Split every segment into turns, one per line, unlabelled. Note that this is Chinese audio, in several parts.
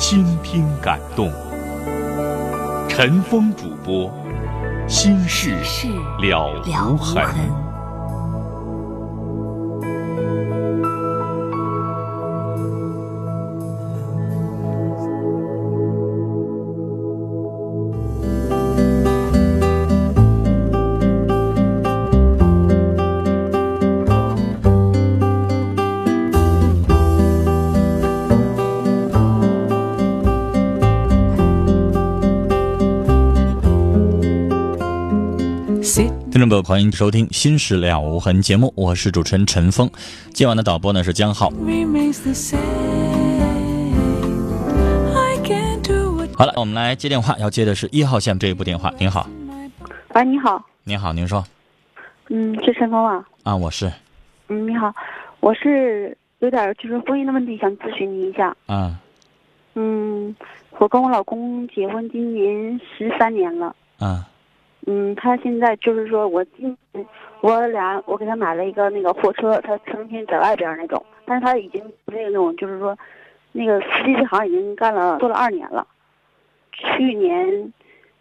倾听感动，陈峰主播，心事了无痕。
听众朋友，欢迎收听《心事了无痕》节目，我是主持人陈峰。今晚的导播呢是江浩。好了，我们来接电话，要接的是一号线这一部电话。您好，
喂，哎你好，
您好，您说
嗯，是陈峰啊，
啊，我是
嗯，你好，我是有点儿就是婚姻的问题想咨询你一下，
啊
嗯，我跟我老公结婚今年十三年了，
啊
嗯，他现在就是说我今我俩我给他买了一个那个货车，他成天在外边儿那种，但是他已经不是那种就是说，那个司机这行已经干了做了二年了。去年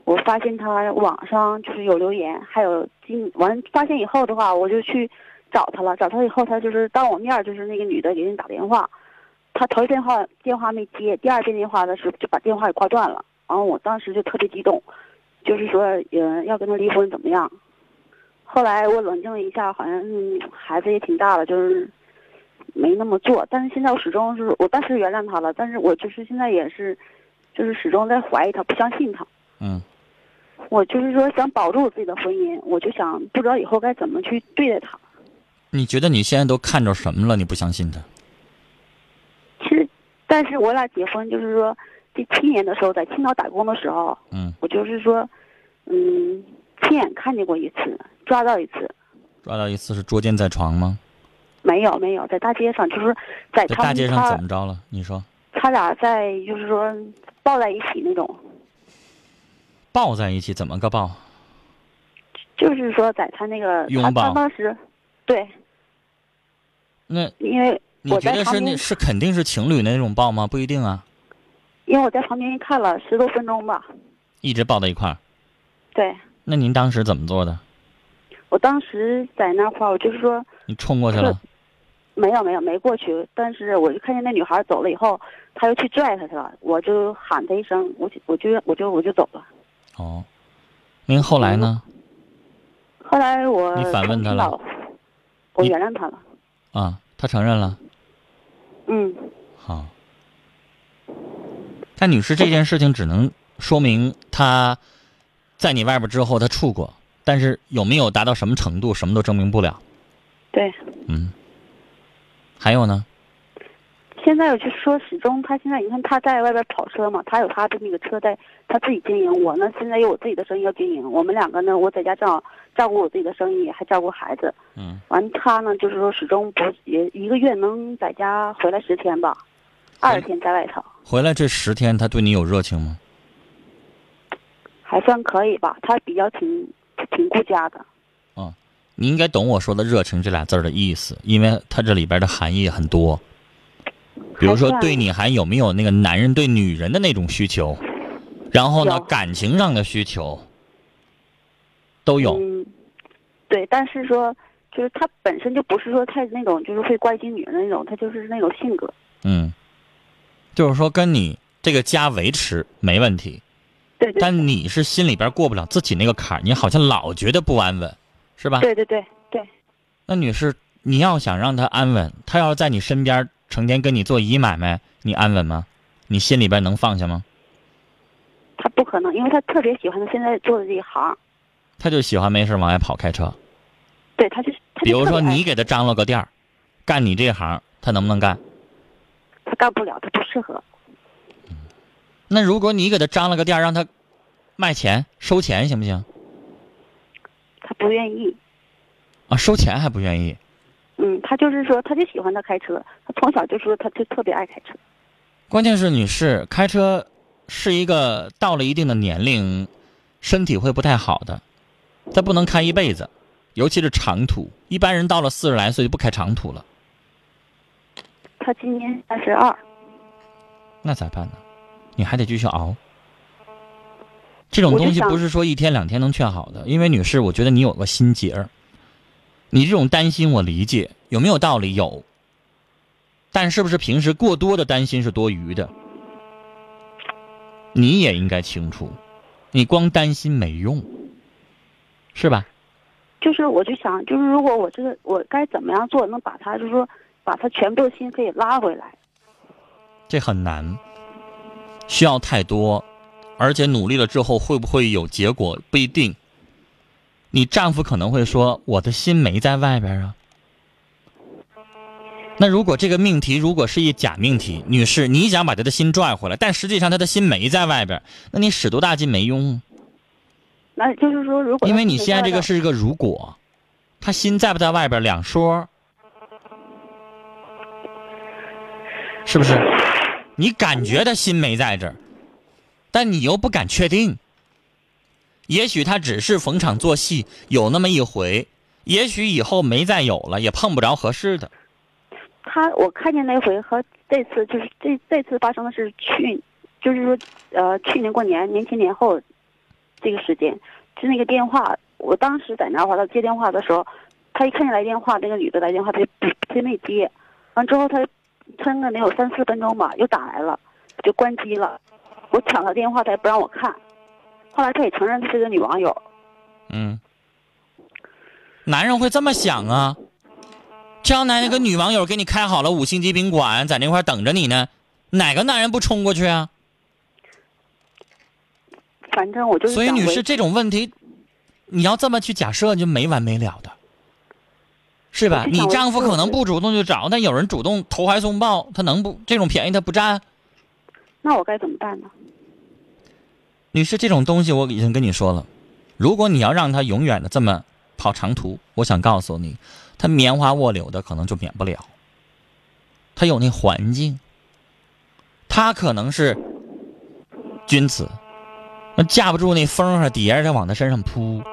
我发现他网上就是有留言，还有今完发现以后的话，我就去找他了，找他以后他就是当我面儿就是那个女的给人打电话，他头一遍话电话没接，第二遍电话的时候就把电话给挂断了，然后我当时就特别激动。就是说，呃，要跟他离婚怎么样？后来我冷静了一下，好像、嗯、孩子也挺大了，就是没那么做。但是现在我始终是我当时原谅他了，但是我就是现在也是，就是始终在怀疑他，不相信他。
嗯
我就是说想保住我自己的婚姻，我就想不知道以后该怎么去对待他。
你觉得你现在都看着什么了？你不相信他？
其实，但是我俩结婚就是说，第七年的时候在青岛打工的时候，
嗯，
我就是说，嗯，亲眼看见过一次，抓到一次。
抓到一次是捉奸在床吗？
没有没有，在大街上，就是在
嗯在
他
大
们
街上
他
怎么着了？你说
他俩在就是说抱在一起那种，
抱在一起怎么个抱？
就是说在他那个
拥
他
抱
他当时，对，
那
因为
你
我
觉
在
得
旁
是
边，
那是肯定是情侣那种抱吗？不一定啊，
因为我在旁边看了十多分钟吧，
一直抱在一块儿。
对
那您当时怎么做的？
我当时在那块儿，我就是说
你冲过去了？
没有没有没过去，但是我就看见那女孩走了以后，他又去拽她去了，我就喊她一声，我就我就我就我就走了。
哦，您后来呢？
后来我
你反问她了
老，我
你
原谅他了，
啊，他承认了。
嗯。
好，但女士这件事情只能说明他在你外边之后他处过，但是有没有达到什么程度，什么都证明不了。
对。
嗯。还有呢？
现在我就说，始终他现在你看他在外边跑车嘛，他有他的那个车贷，他自己经营。我呢，现在有我自己的生意要经营。我们两个呢，我在家正好照顾我自己的生意，还照顾孩子。
嗯，
完他呢，就是说始终不也一个月能在家回来十天吧，
哎
二十天在外头。
回来这十天他对你有热情吗？
还算可以吧，他比较挺挺顾家的。
你应该懂我说的“热情”这俩字儿的意思，因为它这里边的含义很多。比如说，
还算
对你还有没有那个男人对女人的那种需求，然后呢，
有
感情上的需求都有。
嗯，对，但是说就是他本身就不是说太那种就是会关心女人的那种，他就是那种性格。
嗯，就是说跟你这个家维持没问题，
对对
但你是心里边过不了自己那个坎儿，你好像老觉得不安稳，是吧？
对对对对，
那女士，你要想让她安稳，她要在你身边成天跟你做姨买卖，你安稳吗？你心里边能放下吗？
他不可能，因为他特别喜欢他现在做的这一行。
他就喜欢没事往外跑开车。
对，他就是他
比
就
如
特别
说
爱
你给他张罗个店儿，干你这行，他能不能干？
他干不了，他不适合。
那如果你给他张罗个店儿，让他卖钱收钱行不行？
他不愿意。
啊，收钱还不愿意。
嗯，他就是说，他就喜欢他开车，他从小就说他就特别爱开车。
关键是女士开车是一个到了一定的年龄，身体会不太好的，她不能开一辈子，尤其是长途。一般人到了四十来岁就不开长途了，
他今年三十二，
那咋办呢？你还得继续熬。这种
我就
东西
想
不是说一天两天能劝好的，因为女士，我觉得你有个心结儿，你这种担心我理解，有没有道理？有，但是不是平时过多的担心是多余的？你也应该清楚，你光担心没用，是吧？
就是我就想，就是如果我这个我该怎么样做能把他就是说把他全部的心可以拉回来。
这很难，需要太多，而且努力了之后会不会有结果不一定。你丈夫可能会说：“我的心没在外边啊。”那如果这个命题如果是一假命题，女士，你想把她的心拽回来，但实际上她的心没在外边，那你使多大劲没用
那就是说，如
啊，
果
因为
他
你现在这个
没
是一个如果，她心在不在外边两说，是不是？你感觉他心没在这儿，但你又不敢确定。也许他只是逢场作戏，有那么一回；也许以后没再有了，也碰不着合适的。
他我看见那回和这次就是这这次发生的是去，就是说呃去年过年年前年后这个时间，就那个电话，我当时在那块儿他接电话的时候，他一看见来电话，那个女的来电话，他就不他就没接，完之后他撑了得有三四分钟吧，又打来了，就关机了。我抢他电话，他也不让我看。后来他也承认他是个女网友，
嗯，男人会这么想啊？将来那个女网友给你开好了五星级宾馆，在那块儿等着你呢，哪个男人不冲过去啊？
反正我就是
所以，
想
女
回
士这种问题，你要这么去假设，你就没完没了的，是吧
我？就
你
想
丈夫
我就
可能不主动去找，但有人主动投怀送抱，他能不这种便宜他不占？啊
那我该怎么办呢？
女士，这种东西我已经跟你说了，如果你要让他永远的这么跑长途，我想告诉你，他棉花卧柳的可能就免不了。他有那环境，他可能是君子，那架不住那风啊，底下再往他身上扑。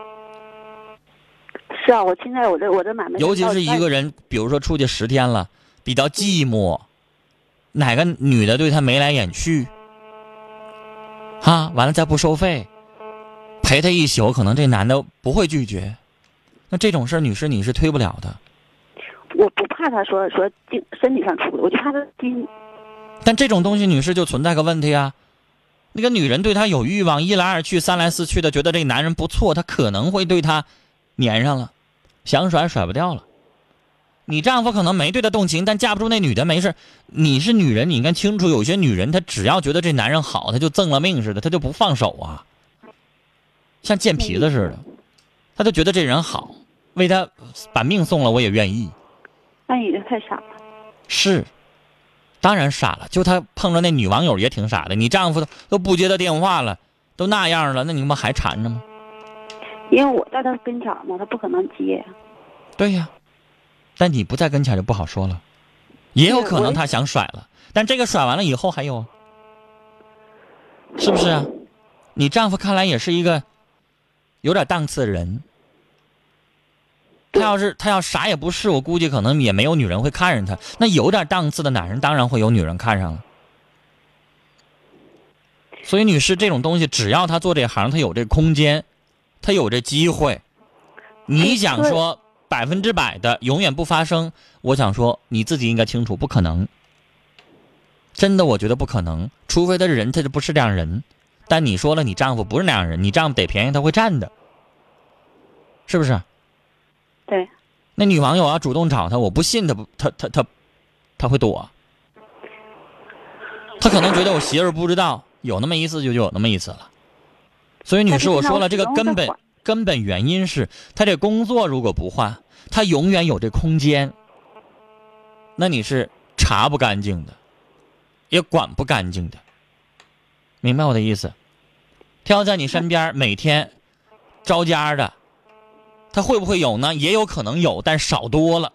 是啊，我现在我这我这买卖，
尤其是一个人，比如说出去十天了，比较寂寞，哪个女的对他眉来眼去，哈，完了再不收费，陪他一宿，可能这男的不会拒绝。那这种事儿，女士你是推不了的。
我不怕他说说精身体上出轨，我就怕他精
但这种东西，女士就存在个问题啊，那个女人对他有欲望，一来二去，三来四去的，觉得这个男人不错，她可能会对他粘上了，想甩甩不掉了。你丈夫可能没对她动情，但架不住那女的没事。你是女人，你应该清楚，有些女人她只要觉得这男人好，她就赠了命似的，她就不放手啊，像贱皮子似的，她就觉得这人好，为他把命送了我也愿意。
那你就太傻了。
是，当然傻了，就他碰着那女网友也挺傻的。你丈夫都都不接他电话了，都那样了，那你们还缠着吗？
因为我在他跟前儿嘛，他不可能接。
对呀，但你不在跟前就不好说了，也有可能他想甩了，但这个甩完了以后还有，啊是不是啊？你丈夫看来也是一个有点档次的人，他要是他要啥也不是，我估计可能也没有女人会看上他。那有点档次的男人，当然会有女人看上了。所以，女士，这种东西，只要他做这行，他有这空间，他有这机会，你想说百分之百的永远不发生，我想说你自己应该清楚，不可能。真的，我觉得不可能，除非他是人，他就不是这样人。但你说了，你丈夫不是那样人，你丈夫得便宜他会占的，是不是？
对，
那女网友啊要主动找他，我不信他不，他他他，他会躲。他可能觉得我媳妇儿不知道，有那么一次就就有那么一次了。所以，女士，我说了，这个根本根本原因是他这工作如果不换，他永远有这空间。那你是查不干净的，也管不干净的。明白我的意思？他要在你身边每天招家的，他会不会有呢？也有可能有，但少多了。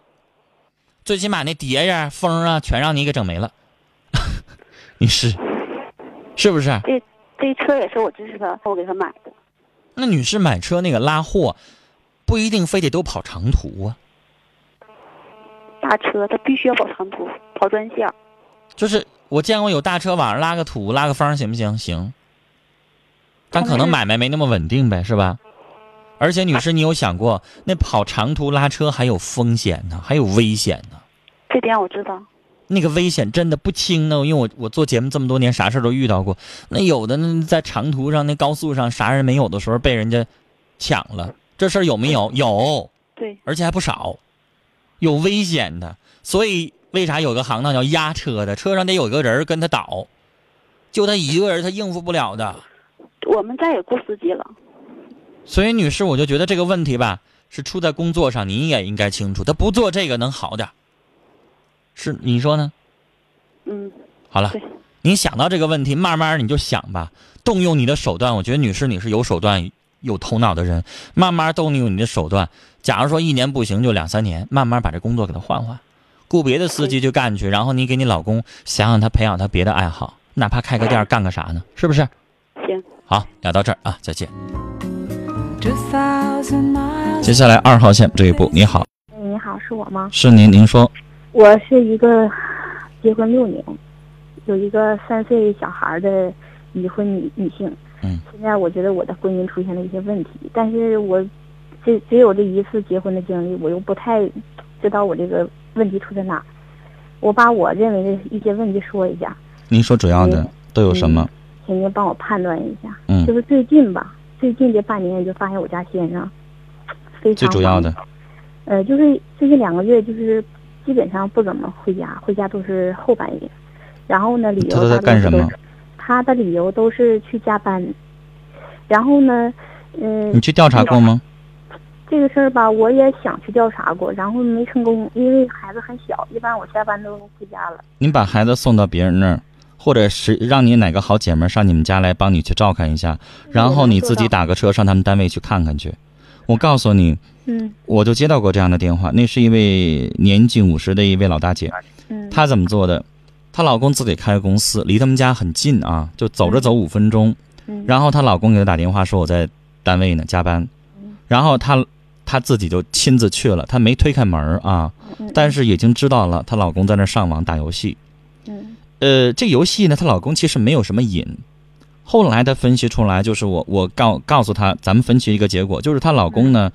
最起码那碟呀、风啊，全让你给整没了。 你是是不是？
这这车也是我支持他，我给他买的。
那女士买车那个拉货，不一定非得都跑长途啊。
大车他必须要跑长途，跑专线。
就是我见过有大车往上拉个土、拉个方，行不行？行。但可能买卖没那么稳定呗，是吧？而且，女士，你有想过那跑长途拉车还有风险呢，还有危险呢？
这点我知道。
那个危险真的不轻呢，因为我我做节目这么多年，啥事儿都遇到过。那有的呢，在长途上、那高速上，啥人没有的时候被人家抢了，这事儿有没有？有，
对，
而且还不少，有危险的。所以为啥有个行当叫押车的？车上得有个人跟他倒，就他一个人他应付不了的。
我们再也雇司机了。
所以，女士，我就觉得这个问题吧，是出在工作上，您也应该清楚。他不做这个能好点儿，是你说呢？
嗯，
好了
对，
您想到这个问题，慢慢你就想吧，动用你的手段。我觉得女士你是有手段、有头脑的人，慢慢动用你的手段。假如说一年不行，就两三年，慢慢把这工作给他换换，雇别的司机去干去，然后你给你老公想想他培养他别的爱好，哪怕开个店儿干个啥呢？是不是？
行。
好，聊到这儿啊，再见。
2000 miles
接下来二号线这一步，你好，
你好，是我吗？
是您，您说，
我是一个结婚六年，有一个三岁小孩的已婚女女性。
嗯，
现在我觉得我的婚姻出现了一些问题，但是我只只有这一次结婚的经历，我又不太知道我这个问题出在哪儿。我把我认为的一些问题说一下，
您说主要的都有什么？
请您帮我判断一下。
嗯
就是最近吧，最近这半年就发现我家先生非常
最主要的，
呃，就是最近两个月，就是基本上不怎么回家，回家都是后半夜。然后呢，理由
他都在
大多数
干什么
是？他的理由都是去加班。然后呢，嗯、
你去调查过吗？
这个事儿吧，我也想去调查过，然后没成功，因为孩子很小，一般我下班都回家了。
您把孩子送到别人那儿，或者是让你哪个好姐们儿上你们家来帮你去照看一下，然后你自己打个车上他们单位去看看去。我告诉你，
嗯
我就接到过这样的电话，那是一位年近五十的一位老大姐，
嗯，
她怎么做的？她老公自己开公司，离他们家很近啊，就走着走五分钟。
嗯
然后她老公给她打电话说我在单位呢，加班。
嗯
然后她她自己就亲自去了，她没推开门儿啊，
嗯
但是已经知道了她老公在那儿上网打游戏。
嗯
呃，这游戏呢，她老公其实没有什么瘾。后来她分析出来，就是我我告告诉她，咱们分析一个结果，就是她老公
嗯
呢，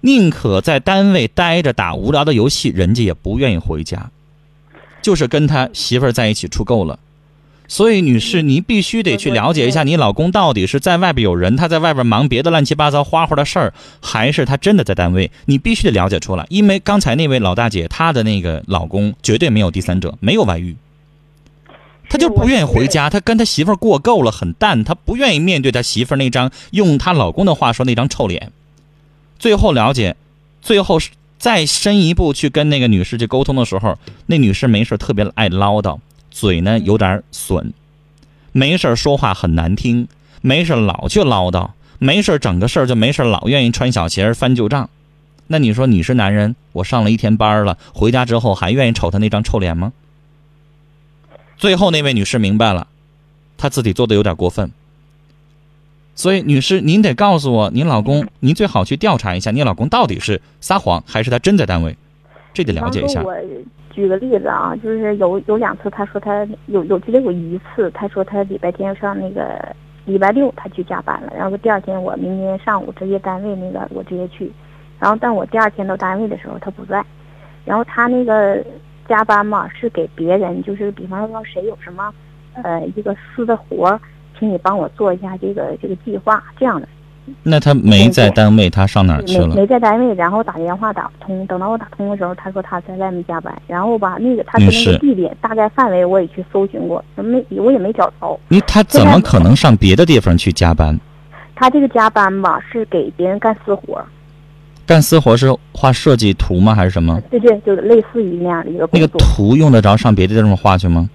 宁可在单位待着打无聊的游戏，人家也不愿意回家，就是跟他媳妇儿在一起处够了。所以，女士，你必须得去了解一下，你老公到底是在外边有人，他在外边忙别的乱七八糟花花的事儿，还是他真的在单位？你必须得了解出来，因为刚才那位老大姐，她的那个老公绝对没有第三者，没有外遇。他就是不愿意回家，他跟他媳妇儿过够了，很淡，他不愿意面对他媳妇儿那张用他老公的话说那张臭脸。最后了解，最后是再深一步去跟那个女士去沟通的时候，那女士没事儿特别爱唠叨，嘴呢有点损，没事儿说话很难听，没事儿老去唠叨，没事儿整个事儿就没事儿老愿意穿小鞋儿翻旧账。那你说你是男人，我上了一天班儿了，回家之后还愿意瞅他那张臭脸吗？最后那位女士明白了，她自己做的有点过分。所以，女士，您得告诉我，您老公，您最好去调查一下，你老公到底是撒谎还是他真在单位，这得
比
了
方
解
说
一下。
我举个例子啊，就是有有两次，他说他有有只有一次，他说他礼拜天上那个礼拜六他去加班了，然后第二天我明天上午直接单位那个我直接去，然后但我第二天到单位的时候他不在，然后他那个加班嘛是给别人，就是比方说谁有什么呃一个私的活儿，请你帮我做一下这个这个计划这样的。
那他没在单位，他上哪啊儿去
没
了？
没在单位，然后打电话打不通，等到我打通的时候，他说他在外面加班，然后吧，那个他说
女
那个
士
地点大概范围我也去搜寻过，没我也没找着。
你他怎么可能上别的地方去加班？
他这个加班吧是给别人干私活儿，
干私活是画设计图吗？还是什么？
对对，就是类似于那样的一个
那
工
个
作。
图用得着上别的地方画去吗？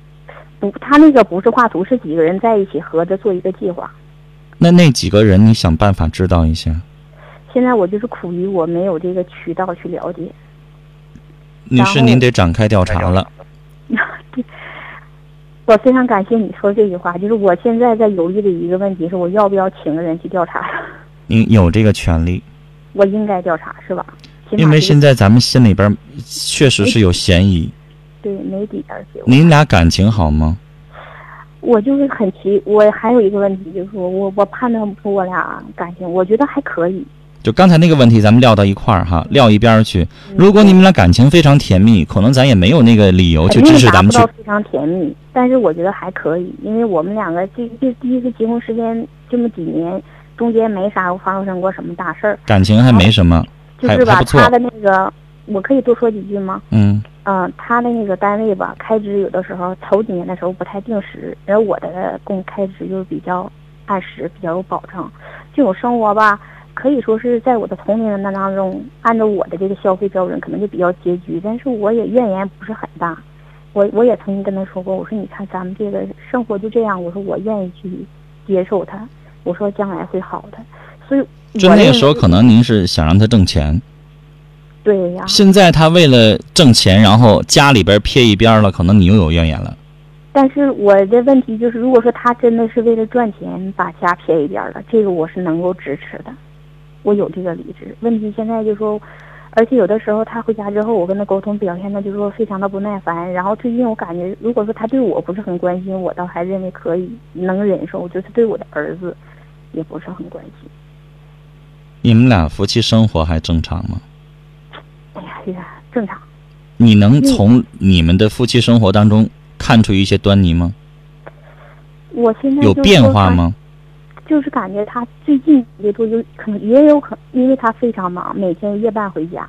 不，他那个不是画图，是几个人在一起合着做一个计划。
那那几个人，你想办法知道一下。
现在我就是苦于我没有这个渠道去了解，
女士，
然后
您得展开调查了。
我非常感谢你说这句话，就是我现在在犹豫的一个问题是我要不要请个人去调查，
您有这个权利，
我应该调查是吧？起码
因为
这个
现在咱们心里边确实是有嫌疑。
对没底儿，结果
您俩感情好吗？
我就是很奇，我还有一个问题，就是说我我判断不出我俩感情，我觉得还可以。
就刚才那个问题，咱们撂到一块儿哈，撂一边儿去。
嗯
如果你们俩感情非常甜蜜，可能咱也没有那个理由去
肯定
支持
达
咱
不
们去
到非常甜蜜，但是我觉得还可以，因为我们两个这这第一次结婚时间这么几年，中间没啥发生过什么大事儿，
感情还没什么，
就
还
是
还
吧，
不错
他的那个，我可以多说几句吗？
嗯，
嗯、他的那个单位吧，开支有的时候头几年的时候不太定时，然后我的工开支就是比较按时，比较有保障。这种生活吧，可以说是在我的同龄人当中，按照我的这个消费标准，可能就比较拮据，但是我也怨言不是很大。我我也曾经跟他说过，我说你看咱们这个生活就这样，我说我愿意去接受它，我说将来会好的。所以我
就那
认
个
为
时候可能您是想让他挣钱，
对呀、
现在他为了挣钱，然后家里边撇一边儿了，可能你又有怨言了。
但是我的问题就是，如果说他真的是为了赚钱把家撇一边儿了，这个我是能够支持的，我有这个理智。问题现在就说，而且有的时候他回家之后，我跟他沟通表现的就是说非常的不耐烦。然后最近我感觉，如果说他对我不是很关心，我倒还认为可以能忍受，就是对我的儿子也不是很关心。
你们俩夫妻生活还正常吗？
哎呀，这个正常。
你能从你们的夫妻生活当中看出一些端倪吗？
我现在
有
就是
变
说
化
他
吗？
就是感觉他最近也多有可能也有可因为他非常忙，每天夜半回家，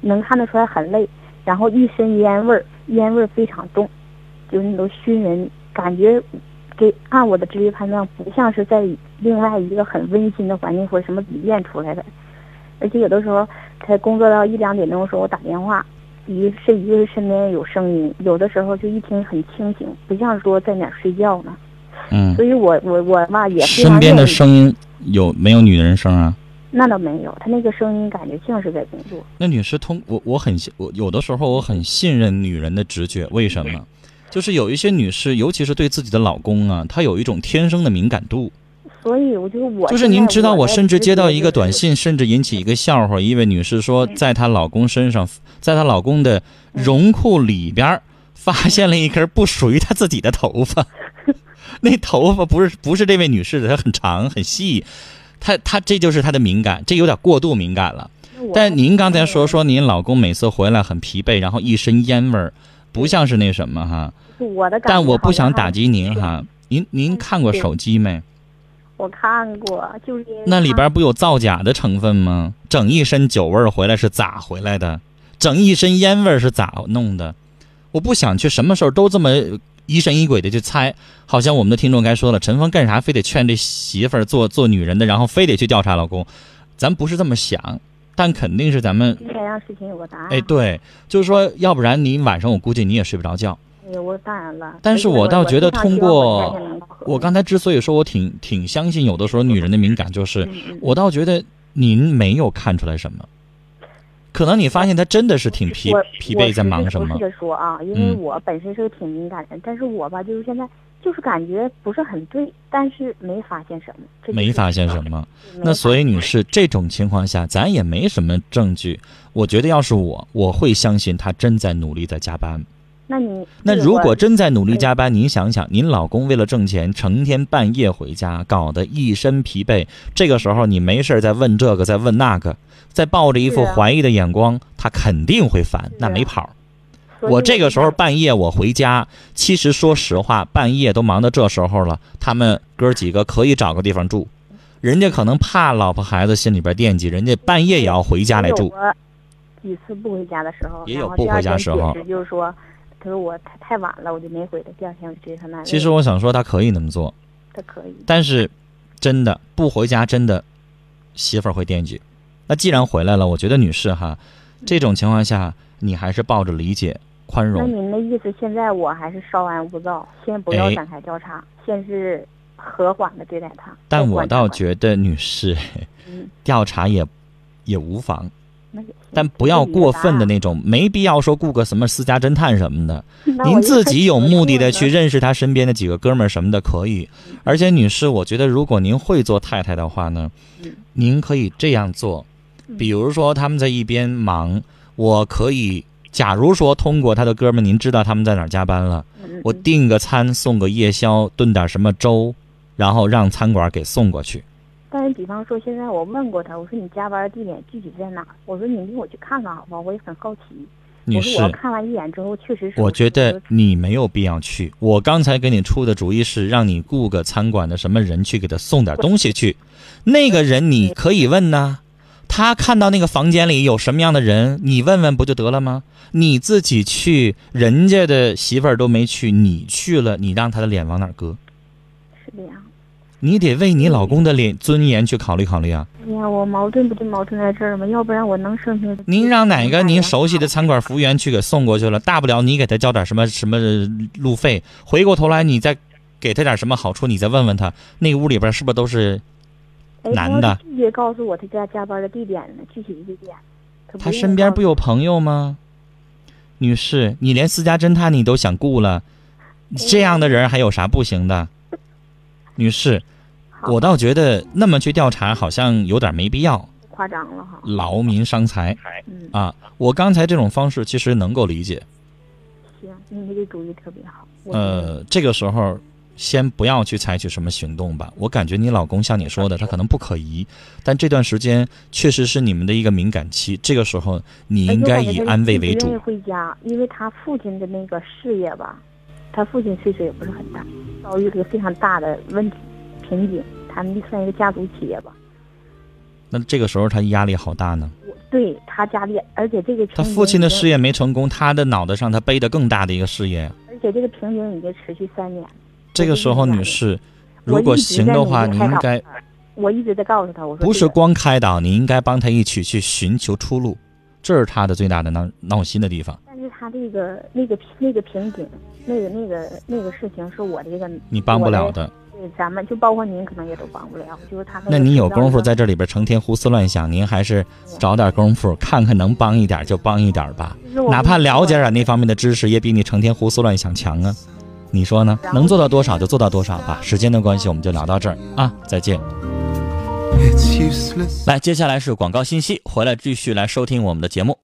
能看得出来很累，然后一身烟味儿，烟味儿非常重，就是那种熏人，感觉给按我的直觉判断，不像是在另外一个很温馨的环境或者什么旅店出来的，而且有的时候他工作到一两点钟的时候，我打电话。一是一个是身边有声音，有的时候就一听很清醒，不像说在哪儿睡觉呢。
嗯
所，以我我我吧也非常
身边的
愿意
声音有没有女人声啊？
那倒没有，他那个声音感觉像是在工作。
那女士通我我很信我有的时候我很信任女人的直觉，为什么？就是有一些女士，尤其是对自己的老公啊，她有一种天生的敏感度。
所以我就啊我
就是
现在
您知道，我
在
甚至
直
接到
觉
一
就
个
是
短，信，甚至引起一个笑话。一位女士说，
嗯
在她老公身上，在她老公的绒裤里边儿发现了一根不属于她自己的头 发。那头发不是不是这位女士的，它很长很细，她她这就是她的敏感，这有点过度敏感了。
我嗯
但您刚才说说您老公每次回来很疲惫，然后一身烟味儿，不像是那什么哈。
我的感觉
但我不
好
想
像嗯
打击您哈，您您看过手机没？
我看过，就是因为
那里
他
边不有造假的成分吗？整一身酒味儿回来是咋回来的？整一身烟味儿是咋弄的？我不想去什么事儿都这么疑神疑鬼的去猜，好像我们的听众该说了，陈峰干啥非得劝这媳妇儿做做女人的，然后非得去调查老公？咱不是这么想，但肯定是咱们哎
应该让事情有个答案。
哎，对，就是说，要不然你晚上我估计你也睡不着觉。
哎呀，我当然了。
但是我倒觉得通过
我非常希望我太太能够和
我刚才之所以说我挺挺相信有的时候女人的敏感，就是
嗯嗯
我倒觉得您没有看出来什么，可能你发现她真的是挺疲
我
疲惫，在忙什
我
么
实事求。是的说啊，因为
嗯
我本身是个挺敏感的人，但是我吧，就是现在就是感觉不是很对，但是没发现什么，这就是
没发现什么，
没
那
发
所以女士，这种情况下咱也没什么证据。我觉得要是我，我会相信她真在努力在加班。
那你
那
对
如
我
果真在努力加班，您想想，您老公为了挣钱，成天半夜回家，搞得一身疲惫，这个时候你没事儿再问这个，再问那个，再抱着一副
是啊
怀疑的眼光，他肯定会烦，那
是啊
没跑儿。
所以
我这个时候
就
半夜我回家，其实说实话，半夜都忙到这时候了，他们哥几个可以找个地方住，人家可能怕老婆孩子心里边惦记，人家半夜也要回家来住
有。过几次不回家的时候，
也
然
有
后
不
第二
回家
天
时
解
候
释就是说，他说我太太晚了，我就没回来。第二天我就直接上那。
其实我想说，他可以那么做，
他可以，
但是真的不回家，真的媳妇儿会惦记。那既然回来了，我觉得女士哈，这种情况下你还是抱着理解、宽
那
容。
您的意思现在我还是稍安勿躁，先不要
哎
展开调查，先是和缓的对待他。
但
再
我
观察
倒
观察
觉得女士
嗯
调查也也无妨，
那也行
但不要过分的 那种，没必要说雇个什么私家侦探什么的。
这是你的答案那我
您
就
自己有目的的去
很
认识他身边的几个哥们儿什么的可以，而且女士，我觉得如果您会做太太的话呢
嗯，
您可以这样做，比如说他们在一边忙，我可以，假如说通过他的哥们儿，您知道他们在哪儿加班了，
嗯
我
嗯
订个餐，送个夜宵，炖点什么粥，然后让餐馆给送过去。
但是，比方说，现在我问过他，我说你加班地点具体在哪儿？我说你领我去看看好吗？我也很好奇。
女
我
士
说我要，看完一眼之后，确实是。
我觉
就
得
是
你没有必要去。我刚才给你出的主意是让你雇个餐馆的什么人去给他送点东西去，那个人你可以问呐、他看到那个房间里有什么样的人，你问问不就得了吗？你自己去，人家的媳妇儿都没去，你去了，你让他的脸往哪儿搁？
是这样。
你得为你老公的脸尊严去考虑考虑啊！
哎呀，我矛盾不就矛盾在这儿吗？要不然我能生平。
您让哪个您熟悉的？餐馆服务员去给送过去了，大不了你给他交点什么什么路费，回过头来你再给他点什么好处，你再问问他那个屋里边是不是都是
哎
男
他要
的
是拒绝告诉我他家加班的地点呢，具体的地点。他
他
愿意
身边
告
不
诉
有朋友吗？女士，你连私家侦探你都想雇了，这样的人还有啥不行的？女士，
好
我倒觉得那么去调查好像有点没必要，
我夸张了哈。
劳民伤财
嗯，
啊！我刚才这种方式其实能够理解，
行，你这个主意特别好。我觉得，
呃，这个时候先不要去采取什么行动吧。我感觉你老公像你说的，他可能不可疑，但这段时间确实是你们的一个敏感期。这个时候你
哎
应
我
该
感觉
以
他
安慰
不
为
愿意
主。
回家，因为他父亲的那个事业吧，他父亲岁数也不是很大，遭遇了一个非常大的问题瓶颈。他们算一个家族企业吧，
那这个时候他压力好大呢。
我对他家里，而且这个
他
瓶
父
颈
亲的
已经
事业没成功，他的脑袋上他背的更大的一个事业。
而且这个瓶颈已经持续三年了。
这个时候，
我理解
女士，
我
如果
一直
行
在
的
努
话，
力
你
开
应
导
该
他我一直在告诉他，我说
不
这
是
个
光开导，你应该帮他一起去寻求出路，这是他的最大的闹闹心的地方。
但是他这个那个那个瓶颈，那个那个那个事情是我这个
你帮不了。的。
我对，咱们就包括您可能也都帮不了，就是他
那
个
你
制
有
造
功夫
的
在这里边成天胡思乱想，您还是找点功夫看看能帮一点就帮一点吧，
就是我
哪
跟
怕
你
了
说
解点那方面的知识，也比你成天胡思乱想强啊。你说呢？能做到多少就做到多少吧。时间的关系，我们就聊到这儿啊，再见。
It's useless.
来，接下来是广告信息，回来继续来收听我们的节目。